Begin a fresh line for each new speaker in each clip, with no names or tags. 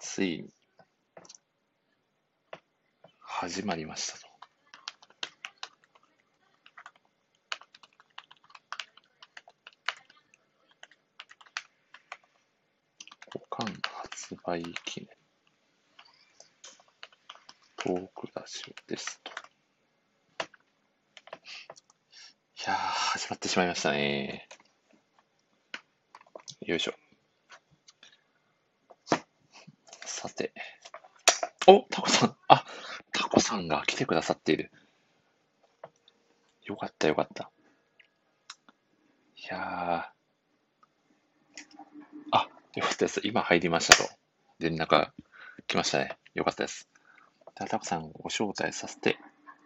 ついに、始まりましたと。五巻発売記念、トークラジオですと。いやー、始まってしまいましたね。よいしょ。さて。お、タコさん。あ、タコさんが来てくださっている。よかった、よかった。いやー。あ、よかったです。今入りましたと。連絡が来ましたね。よかったです。ではタコさんをご招待させて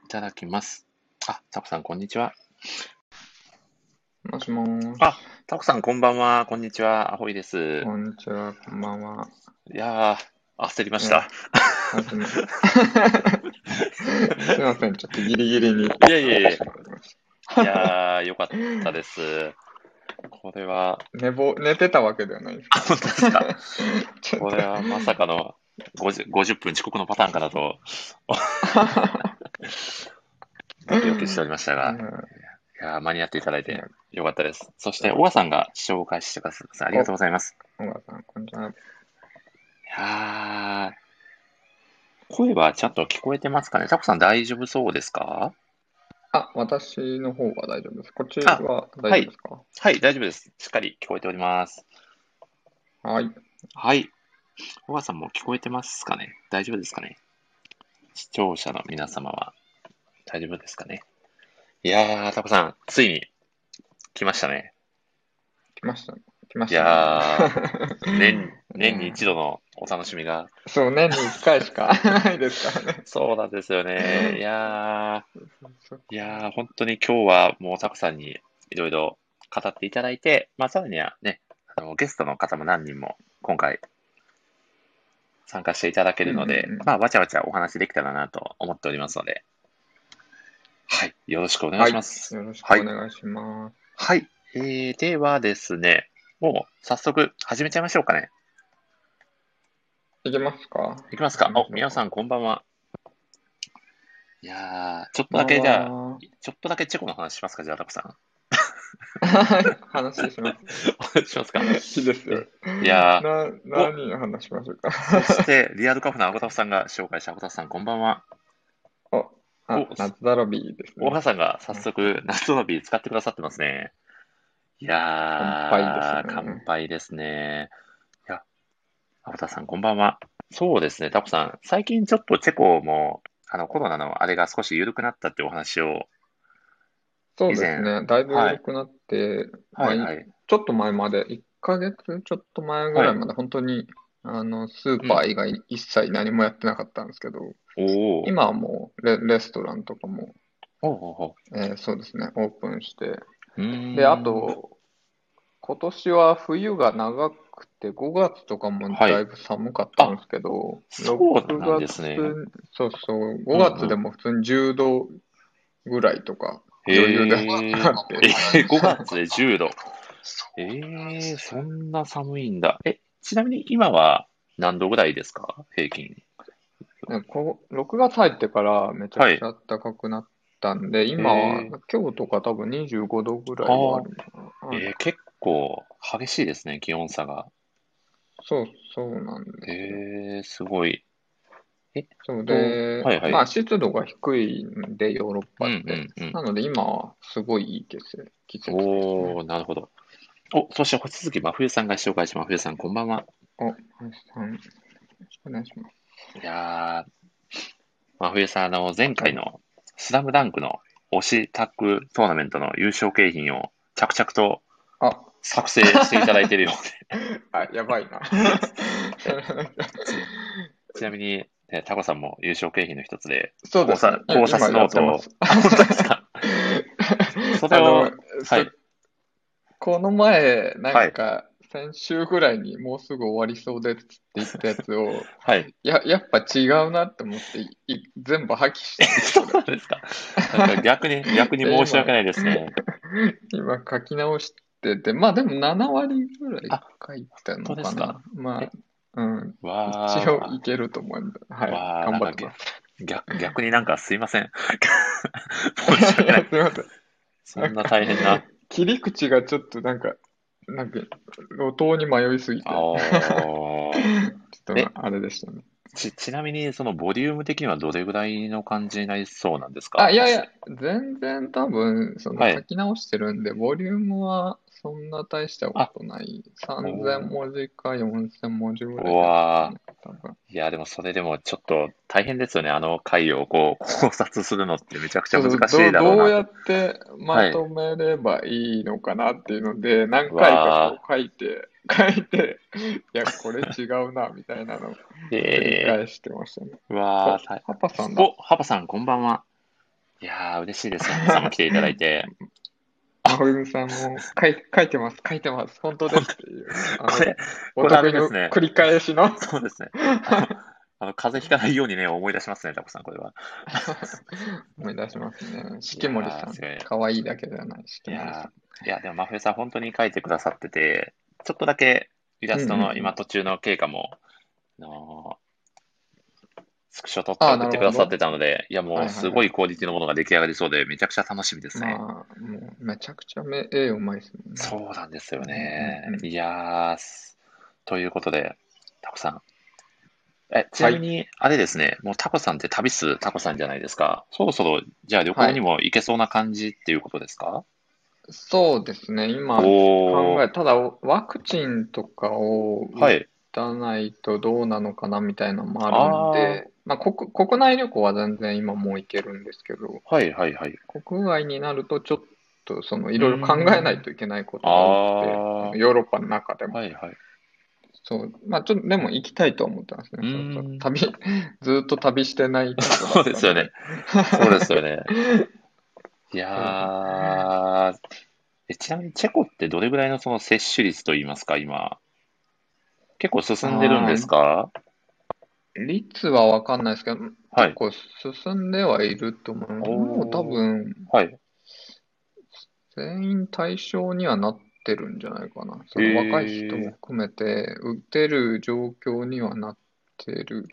いただきます。あ、タコさん、こんにちは。
もしもーし。
あタコさん、こんばんは。こんにちは。アホイです。
こんにちは、こんばんは。
いやー、焦りました。
本当に すいません、ちょっとギリギリに。い
やいやいやいやー、よかったです。これは、
寝ぼ寝てたわけではないです
本当ですか
ちょ
こ
っ
れはまさかの 50, 50分遅刻のパターンかな と、ドキドキしておりました
と
が、
う
いやー間に合っていただいてよかったです。そして、小川さんが紹介してくださってますありがとうございます。
ん。小川さん、こんにちは。
いやー声はちゃんと聞こえてますかねタコさん大丈夫そうですか
あ、私の方は大丈夫です。こっちは大丈夫ですか
はい、大丈夫です。しっかり聞こえております。
はい。
はい。小川さんも聞こえてますかね大丈夫ですかね視聴者の皆様は大丈夫ですかねいやー、タコさん、ついに来ましたね。
来ましたね。来まし
い
たね。
や ー、年年に一度のお楽しみが。
そう、年に1回 しかないですからね。
そうなんですよね。いや
そう
ー、いやー、本当に今日はもうタコさんにいろいろ語っていただいて、まあ、さらにはね、あのゲストの方も何人も今回参加していただけるので、
うんうんうん
まあ、わちゃわちゃお話できたらなと思っておりますので、はい、よろしくお願いします。
よろしくお願いします。
はい。えー、ではですね、もう早速始めちゃいましょうかね。
いけますか
いきますか。
行きま
お、
しょう
皆さんこんばんは。いやー、ちょっとだけじゃあ、
あ。
ちょっとだけチェコの話しますか、じゃあ、タコさん。
話します。
お願い しますか。
いいですよ。
いやー、
な、何話しましょうか。
そして、リアルカフェのアゴタフさんが紹介したアゴタフさん、こんばんは。
お、 あ
お、
夏だろびです
大
ね。
原さんが早速、ナストナビ使ってくださってますね。いやー、
乾杯ですね
乾杯ですね。いや、アゴタフさん、こんばんは。そうですね、タコさん、最近ちょっとチェコも、あの、コロナのあれが少し緩くなったっていうお話を、
そうですね。だいぶ良くなって、
はい
まあ
はいい。
ちょっと前まで、1ヶ月ちょっと前ぐらいまで、本当に、あの、スーパー以外一切何もやってなかったんですけど、
おー、
今はもうレ、レストランとかも、
おうおうおう
えーそうですね、オープンして。
うーん
で、あ、と、今年は冬が長くて、5月とかもだいぶ寒かったんですけど、
そうなんですね
6月、そうそう、5月でも普通に10度ぐらいとか、
へー
余裕で暑くな って
えー、5月で10度。 えー、そんな寒いんだ。え、ちなみに今は何度ぐらいですか平均。
ねこう6月入ってからめちゃくちゃ暖かくなったんで、今は
へー
今日とか多分25度ぐらいはあるのかな。うん
えー、結構激しいですね、気温差が。
そうそうなんですよ。
えー、すごい。
そうで、
はいはい
まあ湿度が低いんで、ヨーロッ
う
パ
ん
って。
うんうん
な。ので今はすごいいい季節季節ですね。
おー、なるほど。お、そして、星月真冬さんが紹介します。真冬さん、こんばんは。
お、林さん、よろしくお願いします。
いやー、真冬さん、あの、前回のスラムダンクの推しタッグトーナメントの優勝景品を着々と
あ、
作成していただいているようで。
あ、やば いな。
ちなみに、ね、タコさんも優勝景品の一つ で、
そうですね。
考察考察ノートを
今やってます
あ、本当ですかそれを
あのそこの前、なんか、先週ぐらいにもうすぐ終わりそうですって言ったやつを、
はい。
や、やっぱ違うなって思って、いい全部破棄して、
そうなんですか。なんか逆に、逆に申し訳ないです ね。
今書き直してて、まあでも7割ぐらい書いた
あ本
の
当です
か
か
な。まあ
え、
うん。
わ
一
ー
応いけると思うんで、はい。
わー
頑張ってくだ
逆、逆になんかすいません。申し訳ない。
さい。いやすいません。
そんな大変な。
切り口がちょっとなんか、なんか、路頭に迷いすぎて、ち
あ
ょ
ー
っと
え
あれでしたね。
ち、ちなみに、そのボリューム的にはどれぐらいの感じになりそうなんですか
あ、いやいや、全然多分、その
はい
書き直してるんで、ボリュームはそんな大したことない。3000文字か4000文字ぐらい
わ
ですね、多分。
いや、でもそれでもちょっと大変ですよね。あの回をこう 考察するのってめちゃくちゃ難しいだろう
ど
な
う
と。
やってまとめればいいのかなっていうので、何回かこう書いて、 書いて、いや、これ違うな、みたいなのを繰り
え
返してましたね。
ー、うわー、大
パパさんだ。
お、ハパさん、こんばんは。いやー、嬉しいです。ハパさんも来ていただいて。
まほぐさんも書い、書いてます、書いてます、本当ですっていう。あの
これ、
お
これあ
得
れ
意
で
の
すね
繰り返しの。
そうですね。あの、あの風邪ひかないようにね、思い出しますね、タコさん、これは。
思い出しますね。四季森さ
いやーすごい
ん。かわいいだけじゃない、四
い
季森
や
さ
ーいや、でも、真冬さん、本当に書いてくださってて、ちょっとだけイラスト
うんう
の
ん
今途中の経過も、あのースクショ撮って
あー
送って
なるほ
く
ど
ださってたので、いや、も
はいは
う、
いはい
すごいクオリティのものが出来上がりそうで、めちゃくちゃ楽しみです
ん。
ね。
まあ、もう、めちゃくちゃめ絵うまいですもんね。
そうなんですよ
うん
ね
う。ん
いやー、すということで、タコさん。え、ちなみに、あれですね、もうタコさんって旅するタコさんじゃないですか。そろそろ、じゃあ旅行にも行けそうな感じっていうことですか
そうですね、今
お
考
ー、
え、ただワクチンとかを
は
打
い。
たないとどうなのかなみたいなのもあるんで、まあ、国、国内旅行は全然今もう行けるんですけど、
はい、はい、はい。
国外になるとちょっとそのいろいろ考えないといけないことが多く
あー
て、ヨーロッパの中でも。
はい、はい。
そう、まあちょっとでも行きたいとは思ってますね。
う
そ
ーん
うそう旅、ずっと旅してないとこ
そう
だ
で
ったの
すよね。そうです よね。いやー、えちなみにチェコってどれぐらいのその接種率といいますか、今。結構進んでるんですか
率はわかんないですけど、結
はい、
構進んではいると思います。
おー
もう多分、
はい。
全員対象にはなってるんじゃないかな。そ
へ
の
ー
若い人も含めて、打てる状況にはなってる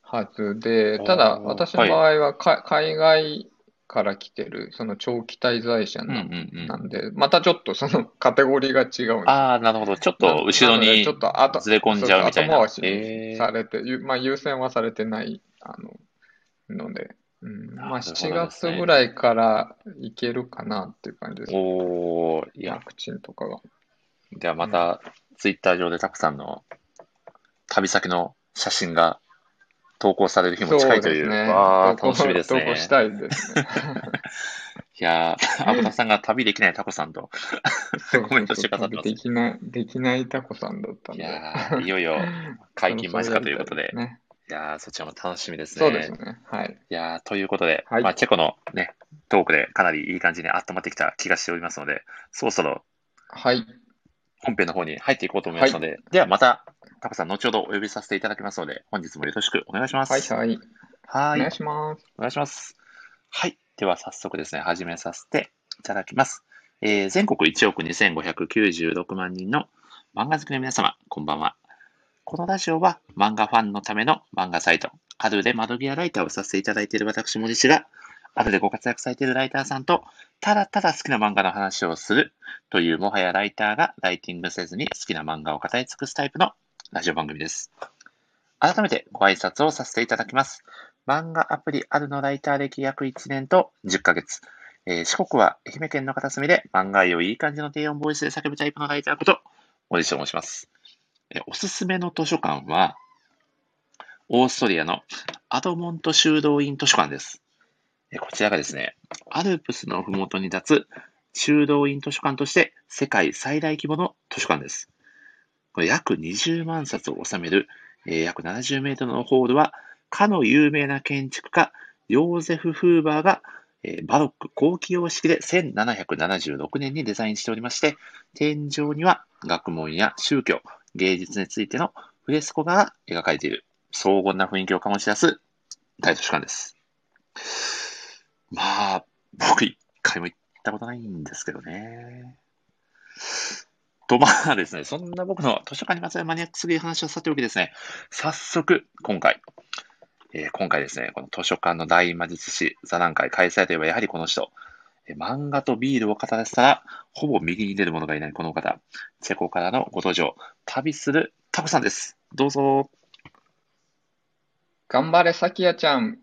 はずで、ただ、
おー
私の場合はか、海外から来てる、その長期滞在者
うん、う、
なん
うん。
なんで、またちょっとその カテゴリーが違うんですよ
ああ、なるほど。ちょっと後ろ
なので
に
ちょっと後
ずれ込んじゃうみたいな。
そうそう後回し
え
に
ー
されて、ゆまあ、優先はされてないあのので、うんまあ、
なるほどですね
7月ぐらいからいけるかなっていう感じです。
おー、い
ワ
や、
クチンとかが。
ではまた、ツイッター上でたくさんの旅先の写真が投稿される日も近いという。
そうですね。
わあ、
投稿
楽しみです
投稿
ね
し。たいで すね。
いや ー、アブタさんが旅できないタコさんと。コメントしてくださってます
できない、できないタコさんだったん
い
で。
やー、いよいよ 解禁間近ということで。
ね。
いやー、そちらも楽しみです
そうです
ね。
ね。はい。
いやー、ということで、
はい
まあ、チェコのね、トークでかなりいい感じに温まってきた気がしておりますので、そろそろ
はい。
本編の方に入っていこうと思いますので、ではまた、タコさん、後ほどお呼びさせていただきますので、本日もよろしくお願いします。
はいはい。
は
お
ーい
願いします。
お願いします。はい。では早速ですね、始めさせていただきます。えー全国1億2596万人の漫画好きの皆様、こんばんは。このラジオは漫画ファンのための漫画サイト、アルで窓際ライターをさせていただいている私、森氏が、アルでご活躍されているライターさんと、ただただ好きな漫画の話をするという、もはやライターがライティングせずに好きな漫画を語り尽くすタイプのラジオ番組です。改めてご挨拶をさせていただきます。漫画アプリあるのライター歴約1年と10ヶ月。えー四国は愛媛県の片隅で漫画愛をいい感じの低音ボイスで叫ぶタイプのライターこと、森下と申します。えーおすすめの図書館は、オーストリアのアドモント修道院図書館です。えーこちらがですね、アルプスのふもとに立つ修道院図書館として世界最大規模の図書館です。これ約20万冊を収める、えー約70メートルのホールは、かの有名な建築家、ヨーゼフ・フーバーが、えーバロック後期様式で1776年にデザインしておりまして、天井には学問や宗教、芸術についてのフレスコ画が描かれている、荘厳な雰囲気を醸し出す大図書館です。まあ、僕一回も行ったことないんですけどね。とまあですね、そんな僕の図書館にまつわるマニアックすぎる話はさておきですね、早速、今回、えー今回ですね、この図書館の大魔術師座談会開催といえば、やはりこの人、えー漫画とビールを片手したら、ほぼ右に出る者がいないこの方、チェコからのご登場、旅するタコさんです。どう ぞ。
頑張れ、さきやちゃん。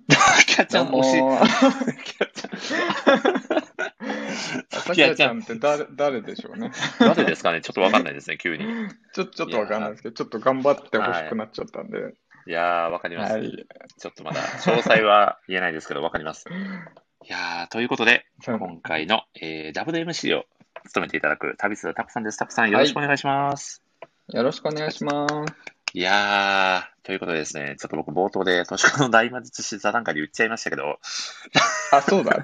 キャちゃん
どう
惜しい。
も
キャちゃん
さきやちゃんって誰誰でしょうね。
誰ですかねちょっとわかんないですね、 急に。
ちょちょっとわかんないですけど、ちょっと頑張ってほしくなっちゃったんで。
いやー、わかります。
はい。
ちょっとまだ詳細は言えないですけど、わかります。いやー、ということで、
そう
今回の、えー、WMC を務めていただく旅するタプさんです。タプさん、よろしくお願いします。
よろしくお願いします。
い、やー、ということでですね、ちょっと僕冒頭で、図書館の大魔術師座談会で言っちゃいましたけど、
あ、そう だ。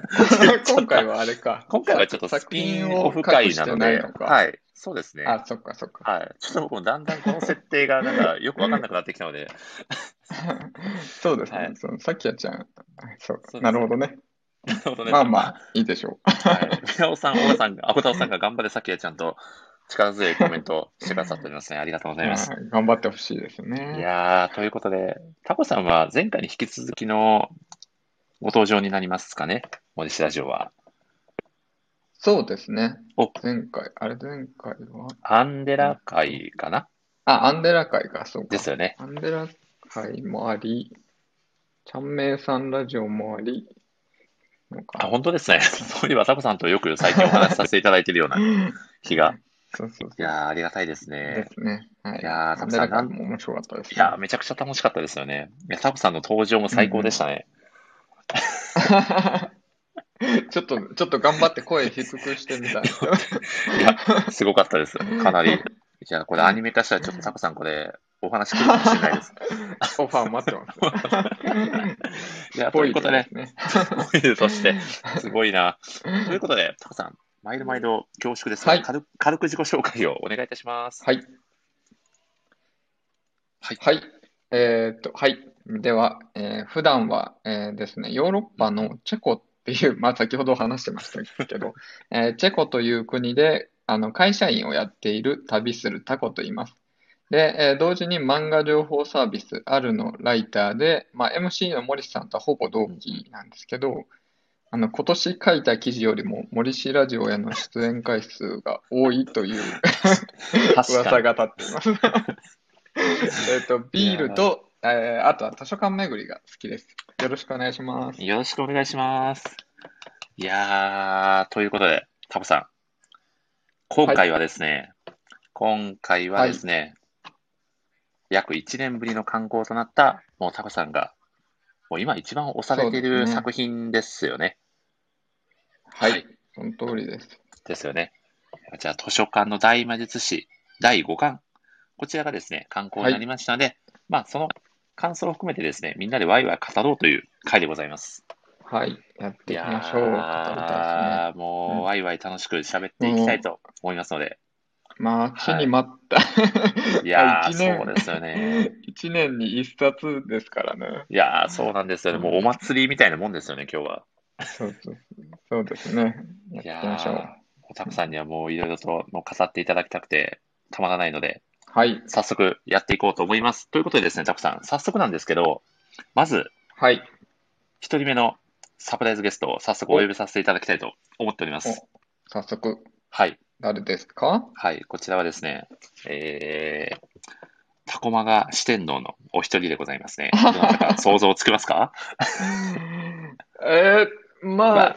今回はあれか。
今回はちょっとスピンオフ会なの
作品を隠して
で、
いのか
はい、そうですね。
あ、そっかそっか。
はい、ちょっと僕もだんだんこの設定がなんかよくわかんなくなってきたので、
そうです
は
ね
い。
そのさきやちゃん。そう
すね
なるほどね。
なるほどね
まあまあ、いいでしょう。
はい。宮尾さん、大さん、アコタオさんが頑張れ、さきやちゃんと力強いコメントをしてくださっておりますね。ありがとうございます。
はい頑張ってほしいです
い
ね。
やー、ということで、タコさんは前回に引き続きのご登場になりますかね、モデシラジオは。
そうですね
お。
前回、あれ前回は
アンデラ会かな
あ、アンデラ会か、そうか。
ですよね。
アンデラ会もあり、ちゃんめいさんラジオもあり、の
あ、
か。
本当ですね。 そういえばタコさんとよく最近お話しさせていただいてるような 気が。
そうそう。
いやー、ありがたいです
で
ね。
すね。はい
いやー
アンデラ会も面白かったです
い
ね。
やー、めちゃくちゃ楽しかったですよね。いや、タコさんの登場も最高でした ね。
ちょっと、ちょっと頑張って声低くして みたんですけど。
いや、すごかったです。かなり。いや、これアニメ化したらちょっとタコさんこれ、お話来るかもしれない です。
オファー待っ てます。
いや、
ぽ
ということで、
すね。
オイル として、すごいな。ということで、タコさん、毎度毎度恐縮ですが、
はい
軽く軽く自己紹介をお願いいたします。
はい。
はい
はい。えーっと、はい。では、えー普段は、えーですね、ヨーロッパのチェコっていう、まあ先ほど話してましたけど、 えーチェコという国で、あの、会社員をやっている旅するタコと言います。で、えー同時に漫画情報サービス、あるのライターで、まあ、MC の森さんとはほぼ同期なんですけど、あの、今年書いた記事よりも森氏ラジオへの出演回数が多いという
確か
噂
に。
が立っています。 えっと、ビールと、えーあとは図書館巡りが好きです。よろしくお願いします。
よろしくお願いします。いやー、ということで、タコさん、今回はですね、今回はですね、約1年ぶりの観光となった、もうタコさんが、もう今一番推されてい
そうで
る
すね
作品ですよね。
はい
はい
その通りです。
ですよね。じゃあ、図書館の大魔術師第5巻。こちらがですね、刊行になりましたので、まあ、その感想を含めてですね、みんなでワイワイ語ろうという回でございます。
はい、やっていきましょう。語りたい
やー、もう、
うん
ワイワイ楽しく喋っていきたいと思いますので。
ですね。まあ、待ちに待った。
い やー、
一年
そうですよね。
一年に一冊ですからね。
いやー、そうなんですよね。もうお祭りみたいなもんですよね、今日は。
そうそうそうですね。
い
やってい
や
きましょう。
ー、たくさんにはもういろいろともう語っていただきたくて、たまらないので、
はい、
早速やっていこうと思います。ということでですね、たくさん、早速なんですけど、まず、
はい。
一人目のサプライズゲストを早速お呼びさせていただきたいと思っております。
早速、
はい。
誰ですか
はい。こちらはですね、えー、タコマガ四天王のお一人でございます ね。どなたか想像つきますか
えー、
ま
ま
あ
あ、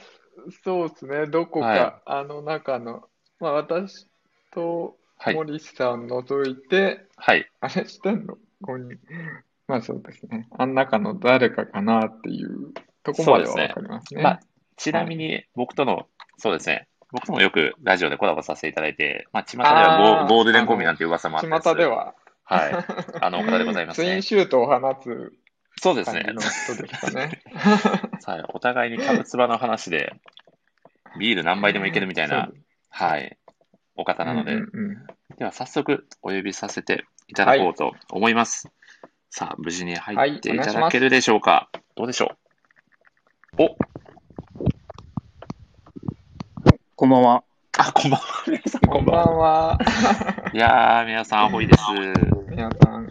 そうですね、どこ
は
か、あの中の、まあ、私と
はい。
森さん除いて、
はい。
あれしてんの ?5 人。まあそうですね、あん中の誰かかなっていうとこまでは
そうですね
わかりますね。
まあ、ちなみに僕との、そうですね、僕ともよくラジオでコラボさせていただいて、まあ、巷では
あー
ゴーゴールデンコンビなんていう噂もあったり
巷で
は。
は、
はい。あのお方でございます
ツイ
ね
ン。シュートを放つ
そうです
感じ
ね
の。人ですか ね。
はい。お互いにキャブツバの話で、ビール何杯でもいけるみたいな
そう、
はい。お方なので
うん、うんうん
では早速お呼びさせていただこうと思います。さあ、無事に入っていただけるでしょうか。どうでしょう。お、
こんばんは。
あ、こんばんは。皆さん、こ
こん
んばんは。
ばんは。
いやー、皆さん、アホイです。
皆さん、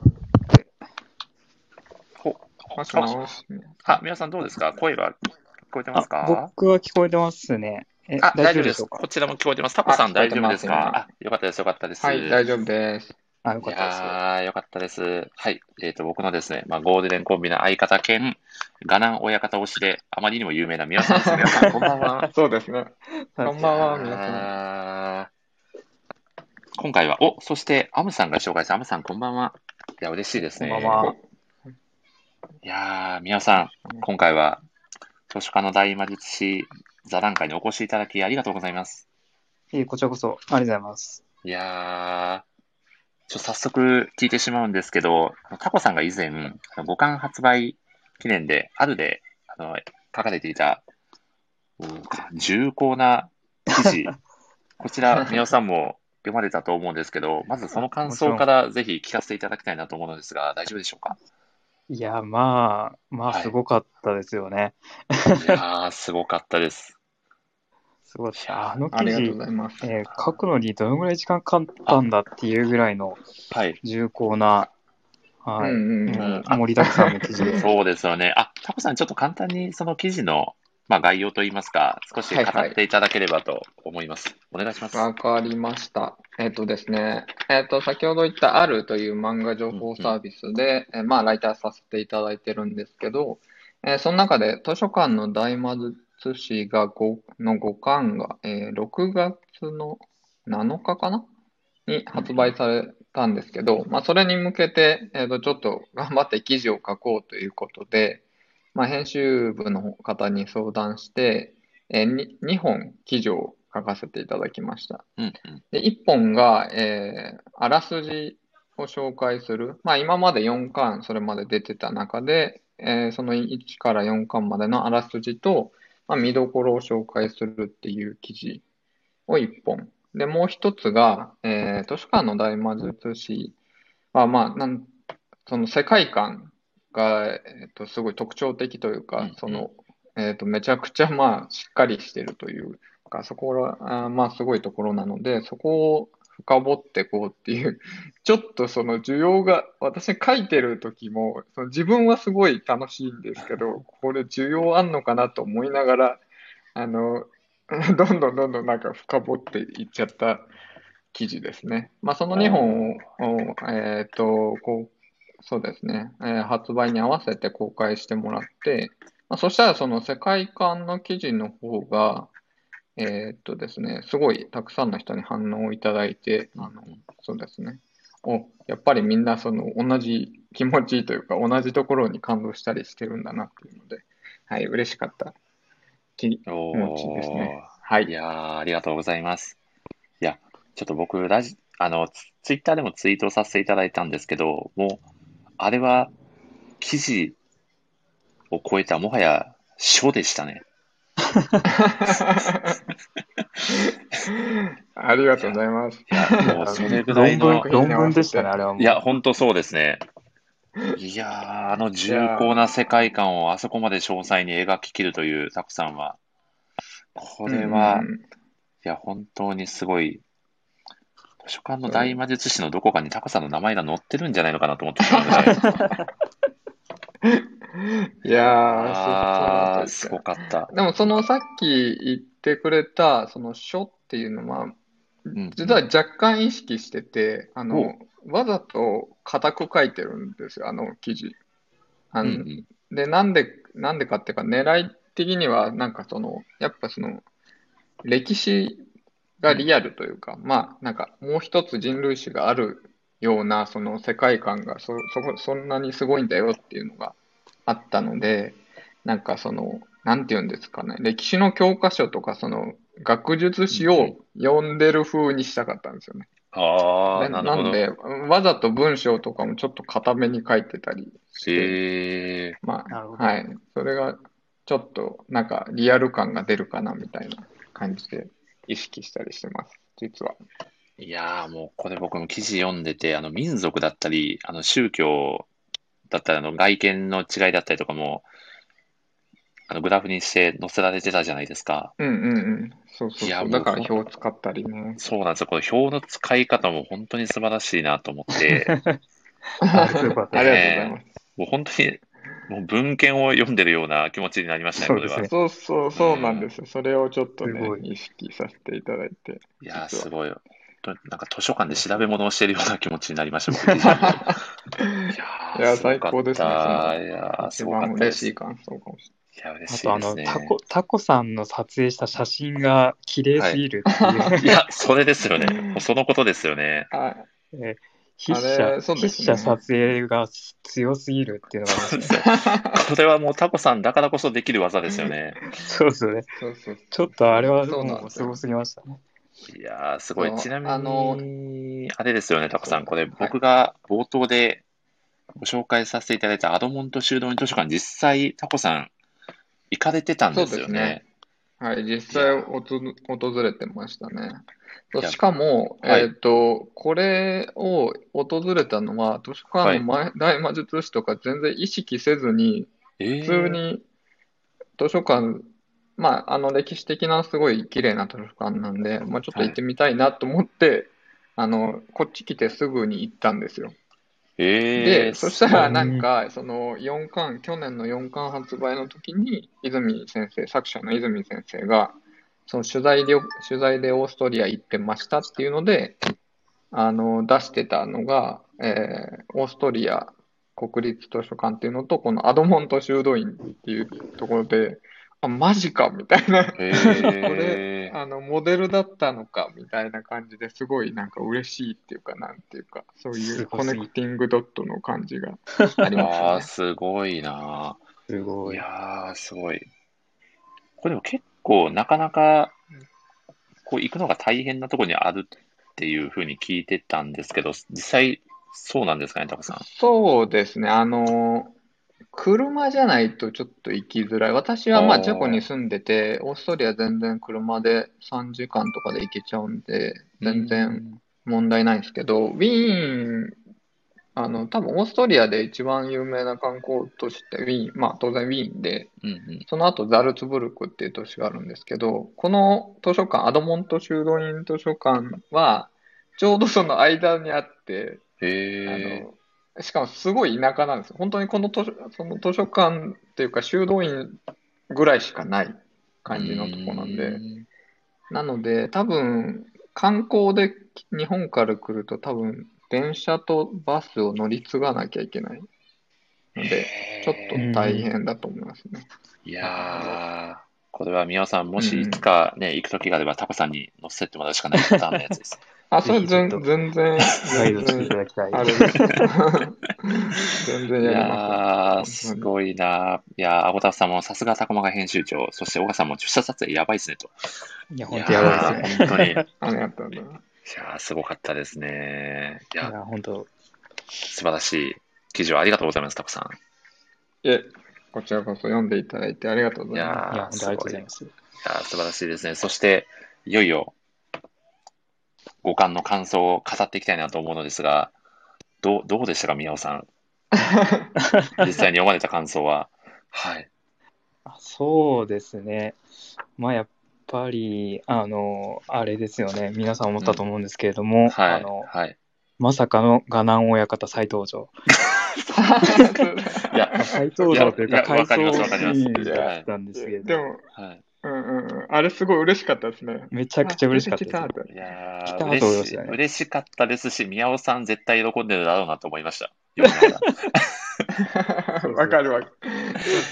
ほ
もしもし。
あ、皆さんどうですか声は聞こえてます
あ
か
僕は聞こえてますね。え
あ、
大
大丈夫
丈夫で
で
しょ
す。
うか
こちらも聞こえてます。タコさん
あ聞こえ
大
て
丈
ま
夫
す
ですかあ、よかったです、よかったです。
はい、大丈夫です。
あ、よか
い
ったです。
やー、よかったです。はい。えっ、と、僕のですね、まあ、ゴールデンコンビの相方兼、ガナン親方推しで、あまりにも有名な皆さんですね。皆さん こんばんは。
そうですね。こんばんは、皆さん。
さん。今回は、お、そして、アムさんが紹介した、アムさんこんばんは。いや、嬉しいですね。
こんばんは
いやー、皆さん、今回は、図書館の大魔術師座談会にお越しいただきありがとうございます。
いえこちらこそ、ありがとうございます。
いやー、ちょ、早速聞いてしまうんですけど、タコさんが以前、あの五巻発売記念で、あるで、あの、書かれていた、うん重厚な記 事、こちら、宮尾さんも読まれたと思うんですけど、まずその感想からぜひ聞かせていただきたいなと思うのですが、大丈夫でしょ うか
いや、まあ、まあ、
はい
すごかったですよね。
いやー、すごかったです。
すごい。
いや
あの
あ
記
りがとう
事
ご、ざいます。
えー書くのにどのぐらい時間かかったんだっていうぐらいの
はい。
重厚な、
う
はい、
んうん
も
う。
うん盛りだくさん の記事で。
そうですよね。あ、タコさん、ちょっと簡単にその記事の、まあ、概要といいますか、少し語っていただければと思います。お願いします。
わかりました。えっとですね、えっと、先ほど言ったあるという漫画情報サービスで、えまあ、ライターさせていただいてるんですけど、えーその中で図書館の大魔術師が5の5巻が、えー6月の7日かなに発売されたんですけど、まあ、それに向けて、えっと、ちょっと頑張って記事を書こうということで、まあ、編集部の方に相談して、えー、に2本記事を書かせていただきました。
うんうん
で、1本が、えーあらすじを紹介する。まあ、今まで4巻、それまで出てた中で、えーその1から4巻までのあらすじと、まあ、見どころを紹介するっていう記事を1本。で、もう1つが、えー図書館の大魔術師は、まあ、なん、その世界観が、えーと、すごい特徴的という
うんう
か
ん、
その、えーと、めちゃくちゃ、まあ、しっかりしてるというか、そこら、あーまあ、すごいところなので、そこを深掘ってこうっていう、ちょっとその需要が、私書いてる時も、その自分はすごい楽しいんですけど、これ需要あんのかなと思いながら、あの、 どんどんどんどんなんか深掘っていっちゃった記事ですね。まあ、その2本を、えっと、こう、そうですね、えー発売に合わせて公開してもらって、まあ、そしたらその世界観の記事の方が、えーっとですね、すごいたくさんの人に反応をいただいて、あの、そうですね。お、やっぱりみんなその同じ気持ちというか、同じところに感動したりしてるんだなっていうので、はい、嬉しかった。き
お
もちですねはい
い。やー、ありがとうございます。いや、ちょっと僕、ラジ、あの、ツツイッターでもツイートさせていただいたんですけど、もう、あれは、記事を超えた、もはや、書でしたね。
ありがとうございます。
もう、それぐらいの
論。文、論文でしたね、あれはもう。
いや、本当そうですね。いやー、あの重厚な世界観をあそこまで詳細に描ききるというタコさんは、これは、
う
い
ん
や、本当にすごい、図書館の大魔術師のどこかにタコさんの名前が載ってるんじゃないのかなと思って たので、
いやー、そう
あ
そう
ー、すごかった。
でもそのさっき言ってくれたその書っていうのは
ん
実は若干意識しててあの
お
わざと硬く書いてるんですよあの記事。あ
うん
の
うん
でなんでなんでかっていうか狙い的にはなんかそのやっぱその歴史がリアルというか、まあなんかもう一つ人類史があるようなその世界観がそそこそんなにすごいんだよっていうのがあったのでなんかそのなんて言うんですかね歴史の教科書とかその学術史を読んでる風にしたかったんですよね。
あ
な
ー、なるほ
なん
ど。
でわざと文章とかもちょっと固めに書いてたりして。
え
ま
なるほど
あ、はい。それが、ちょっと、なんか、リアル感が出るかな、みたいな感じで、意識したりしてます、実は。
ー、いやー、もうこれ僕も記事読んでて、あの民族だったり、あの宗教だったり、あの外見の違いだったりとかも、あのグラフにして載せられてたじゃないですか。
うんうんうん。そうそう
いや
そ
も
う。
う
だから表を使ったりね。
そうなんですよ。この表の使い方も本当に素晴らしいなと思って、
ありがとう
よか
ご
った
ざいま。
ねもう本当にもう文献を読んでるような気持ちになりましたね、
そ
これ
う
は。
です
そうそう、そうなんですよ。それをちょっとね
すご、い
意識させていただい て。
いやー、
実は
すごい。本当になんか図書館で調べ物をしているような気持ちになりました、僕 自身もいやー
いや
すごか
最高ですね
ったいやー
一
すごか
番
ったで
嬉
す。
しい感想かもし
いや、嬉
あ
し
と、あ
いです
の、
ね。
タコ、タコさんの撮影した写真が綺麗すぎるっていう、
いや、それですよね。もうそのことですよ ね。
れない。あ
えー筆
あ
者、
れそう
筆
ですね
者撮影が強すぎるっていうのがあ りますね、
これはもうタコさんだからこそできる技ですよね。
そうですね。
そうそう。
ちょっとあれは
そうなん
もう
です
す
よ
ごすぎましたね。
いやー、すごい。
そう
ちなみ
あの
に、あれですよね、タコさん。これ、
はい
僕が冒頭でご紹介させていただいたアドモント修道院図書館、実際、タコさん、行かれてたんですよね。
はい、実際おつ訪れてましたね。そう
いや
しかも、
はい
えっと、これを訪れたのは、図書館の前大魔術師とか全然意識せずに、
え
普
ー
通に図書館、まあ、あの歴史的なすごい綺麗な図書館なんで、まあ、ちょっと行ってみたいなと思って、あの、こっち来てすぐに行ったんですよ。
え
で、
ー、
そしたらなんか、その4巻、去年の4巻発売の時に、泉先生、作者の泉先生が、その取材で、取材でオーストリア行ってましたっていうので、あの、出してたのが、えーオーストリア国立図書館っていうのと、このアドモント修道院っていうところで、あ、マジかみたいな、
え ー
あの、モデルだったのかみたいな感じですごいなんか嬉しいっていうか、なんていうか、そうい
す
う
ご
コ
すぎ
ネクティングドットの感じがありま
あー、
し
すごいな
すご
い
い。
やー、すごい。これでも結構、なかなか、こう、行くのが大変なところにあるっていうふうに聞いてたんですけど、実際、そうなんですかね、タコ
た
さん
ね。。そうですね、あの、車じゃないとちょっと行きづらい。私は
あ
まあ
ー
チェコに住んでて、オーストリア全然車で3時間とかで行けちゃうんで、全然問題ないんですけど、ウィーン、あの、多分オーストリアで一番有名な観光都市ってウィーン、まあ当然ウィーンで、
うんうん。
その後ザルツブルクっていう都市があるんですけど、この図書館、アドモント修道院図書館は、ちょうどその間にあって、あ
え
の、しかもすごい田舎なんですよ。本当にこの図書、その図書館っていうか修道院ぐらいしかない感じのとこなんで、なので多分観光で日本から来ると多分電車とバスを乗り継がなきゃいけないので、ちょっと大変だと思いますね。
いやー、これは宮尾さん、もしいつかね、行く時があれば、タコさんに乗せてもらうしかないパターンのやつです。
あ、それ
ぜひちょ
全全
っと
然、
ガイ
全
ドしていた
然、
だきたい。
あ れです。全然
い
やりま
やー、すごいなー。いやー、アゴタフさんもさすがタコマガ編集長、そして小川さんも出社撮影やばいですねと。
いや、本当やばいですよ
い
ね。
やー本 当に。いや
す。ありがとうございます。
ー、すごかったですね。い
い
や、
や、本当。
素晴らしい記事をありがとうございます、タコさん。
え、こちらこそ読んでいただいてありがとうご
い
ざいます。
や
い
ー、す
や、本当あ
ご
りがとうご
い。い
ざい
や
ま
ー、
す。
素晴らしいですね。そして、いよいよ、五感の感想を語っていきたいなと思うのですが、どう、どうでしたか、宮尾 さん。実際に読まれた感想は。はい。
あそうですね。まあ、やっぱり、あの、あれですよね。皆さん思ったと思うんですけれども、
は
あ
い。
の、
はい。
まさかのガナン親方再登場。
い や、
まあ再登場という
いや
か、
いやわ
回
かり
想
ます
シ
わかります
ーンだったんですけれど、
でも、
はい。
うんうんうん、あれすごい嬉しかったですね。
めちゃくちゃ嬉しかったです。
あ出てき
いや
来
ー
た
嬉
と思いま
し
したね
嬉しかったですし、宮尾さん絶対喜んでるだろうなと思いま した。読みなが
た
そう
わかるわかる。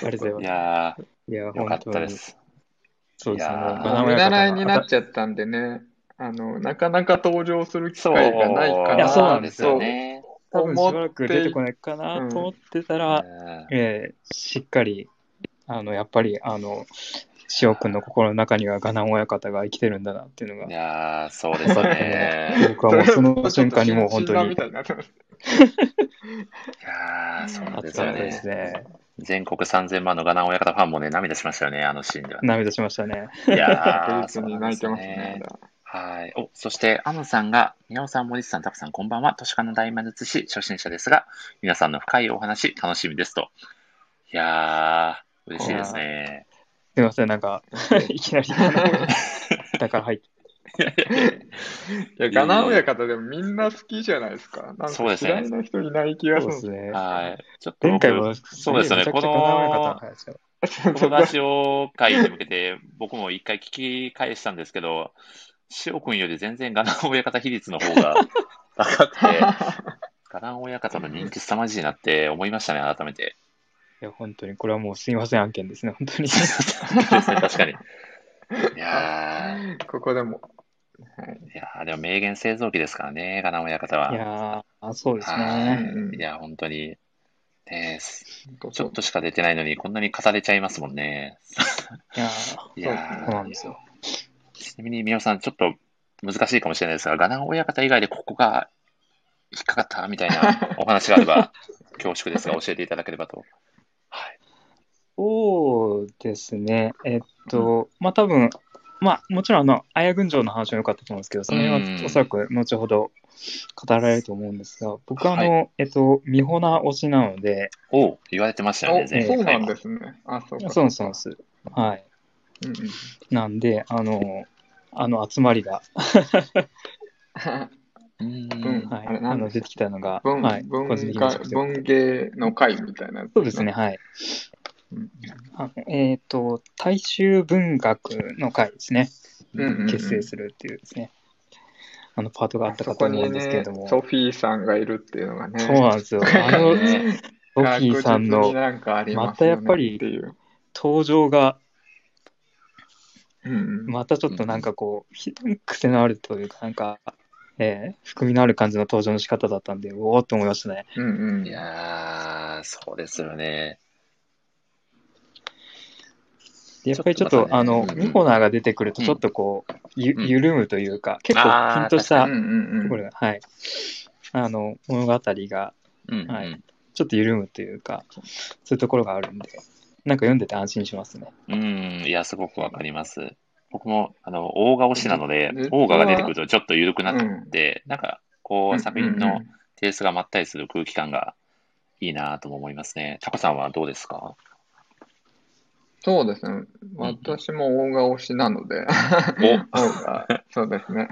ありがとうござい
らい
ます。
や
いや、
ー、よか
本
っ
当
たで
に。
す。
そうですね。
い
も
やー
うガナン
見習い
親方
にな
が
っちゃったんでね、あの、なかなか登場する機会がないか
いや
な
そうなんですよ
ね。
多分しば
思
ら
っ
く出て
て
こないかなと思ってたら、
うん
えーしっかり、あの、やっぱり、あの、塩君の心の中にはガナン親方が生きてるんだなっていうの
い
が、
やー、そうですね。
僕はもうその瞬間に もう本当
それ
に
ちょっと診断みたいになってます
いやー、そうなんです
熱か
よ
ったです
ね。
ね。
全国3000万のガナン親方ファンもね、涙しましたよね、あのシーンでは。
涙しましたね。
いやー、
確実に泣いてますね。
はい。お、そして、アムさんが、宮尾さん、森内さん、タクさん、こんばんは。都市化の大魔術師、初心者ですが、皆さんの深いお話、楽しみですと。いやー、嬉しいですね。
すみません、な んか、いきなり、 だから入って。
いや、ガナ親方でもみんな好きじゃないですか。なん
そう
か
ですね
嫌いな人いない気
そ
が
う
する
で
んですす。
ね。
はい。ちょっと
前
僕、
回も、
そうですよね、
めちゃ
こ
くちゃ叶わなかっ
の
た、話だ
このラジオ会に向けて、僕も一回聞き返したんですけど、塩君より全然ガナン親方比率の方が高くて、ガナン親方の人気凄まじいなって思いましたね、改めて。
いや、本当に、これはもうすみません案件ですね、本当
で
に。
すね、確かに。いやー、
ここでも。
いやーでも名言製造機ですからね、ガナン親方は。
いやーあ、そうです
は
ね。
うん
い。いや、本当に。ねすち
ち
ょ
ょ
っとしか出てないのに、こんなに語れちゃいますもんね。
いやー
い
そう
や
そうなん
ー
ですよ。
ちなみに、みおさん、ちょっと難しいかもしれないですが、ガナン親方以外でここが引っかかったみたいなお話があれば、恐縮ですが、教えていただければと。はい。
そうですね。えっと、まあ多分、まあもちろんあの、綾群青の話も良かったと思うんですけど、その辺
うん
はおそらく後ほど語られると思うんですが、僕はあの、えっと、美穂な推しなので、
おう、言われてましたよね、
お
前回
そうなん
も
ですね。あ、そうか。
そうなんですそうなんです。はい。
うんうん
なんで、あの、あの集まりが、
う
うん
ん。
はい、
あれ
あ
なん
の
でした
出てきたのが、
文
はい、個
文
人的にめち
化
ゃくちゃ良かった
文芸の会みたいなやつ、
そうですね、。はい。
うん
あのえっ、と、大衆文学の会ですね。
うんうんうん
結成するっていうですね。あのパートがあった
そ
かと
こ
思う
に
んですけれ
ね、
ども。
ソフィーさんがいるっていうのがね、
そうなんですよ。あの、
ね
ロ ッキーさん
確実
の
になんかあります
またやっぱ
よね
り
っていう。
登場が、
うんうん
またちょっとなんかこう、ひ癖のあるというか、なんか、えー含みのある感じの登場の仕方だったんで、おおっと思いましたね。
うんうん
いやー、そうですよね。
でやっぱりちょっ
ちょっと
と、
ま
あ
たね
の
う、んうん
ミホナーが出てくると、ちょっとこう、ゆ
うん
緩むというか、結構ピンとし
う
た
ん
と
うんうん
ころが、はい。あの、物語が、
うん、うん。
はいちょっと緩むというか、そういうところがあるんで、なんか読んでて安心しますね。
うん、いや、すごくわかります。僕も、あの、オーガ推しなので
ずっ、とは
オーガが出てくるとちょっと緩くなって、なんか、こう、作品
うんうん
の
うん
テイストがまったりする空気感がいいなとも思いますね。タコさんはどうです か
そうですね。私も大顔推しなので、
お、
大顔そうですね。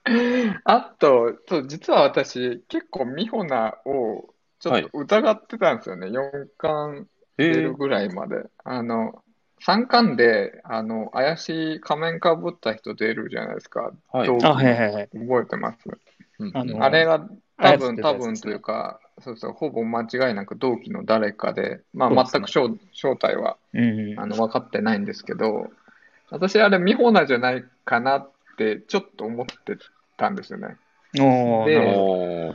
あと、そう、実は私、結構美穂菜をちょっと疑ってたんですよね。4巻
え
出るぐらいまで。あの、3巻で、あの、怪しい仮面かぶった人出るじゃないですか。
はい。
どう
あ、はいはいはい。
覚えてます
うん
あの
あれが多分
操ってた
多
やつで
分
す
と
ね
いうか、そうそう、ほぼ間違いなく同期の誰かで、まあ
そうです
全
ね
く正正体は
うんうん。
あの分かってないんですけど、私あれ、ミホナじゃないかなってちょっと思ってたんですよね。
おー
で
なるほど
おー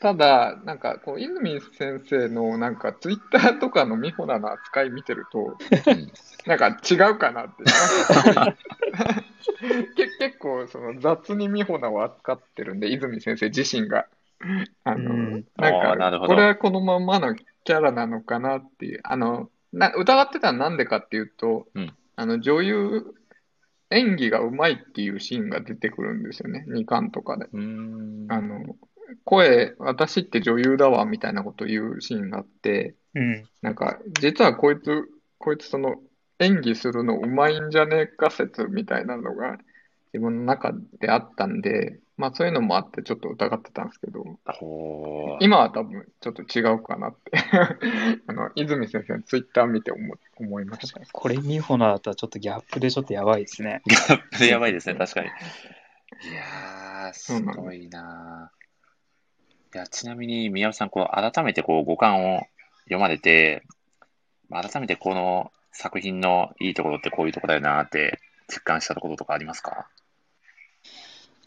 ただ、なんかこう、泉先生のなんかツイッターとかのミホナの扱い見てると、
うん
なんか違うかなって。なんかけ結構その雑に美穂菜を扱ってるんで、泉先生自身が。あの
うん
あ
な
ーなんる
か、
ほど
これはこのまんまのキャラなのかなっていう。あのな疑ってたのはなんでかっていうと、
うん
あの女優、演技がうまいっていうシーンが出てくるんですよね、2巻とかで。
うーん。
あの声、私って女優だわみたいなこと言うシーンがあって、
うん。
なんか、実はこいつ、こいつその演技するのうまいんじゃねえか説みたいなのが自分の中であったんで、まあそういうのもあってちょっと疑ってたんですけど、
おー
今は多分ちょっと違うかなって、 あの、泉先生のツイッター見て思、思いました。
これ、ミホナだったらちょっとギャップでちょっとやばいですね。
ギャップやばいですね、確かに。いやー、すごいなーいや、ちなみに、宮尾さん、こう、改めて、こう、五感を読まれて、まあ改めて、この作品のいいところってこういうところだよなーって、実感したところとかありますか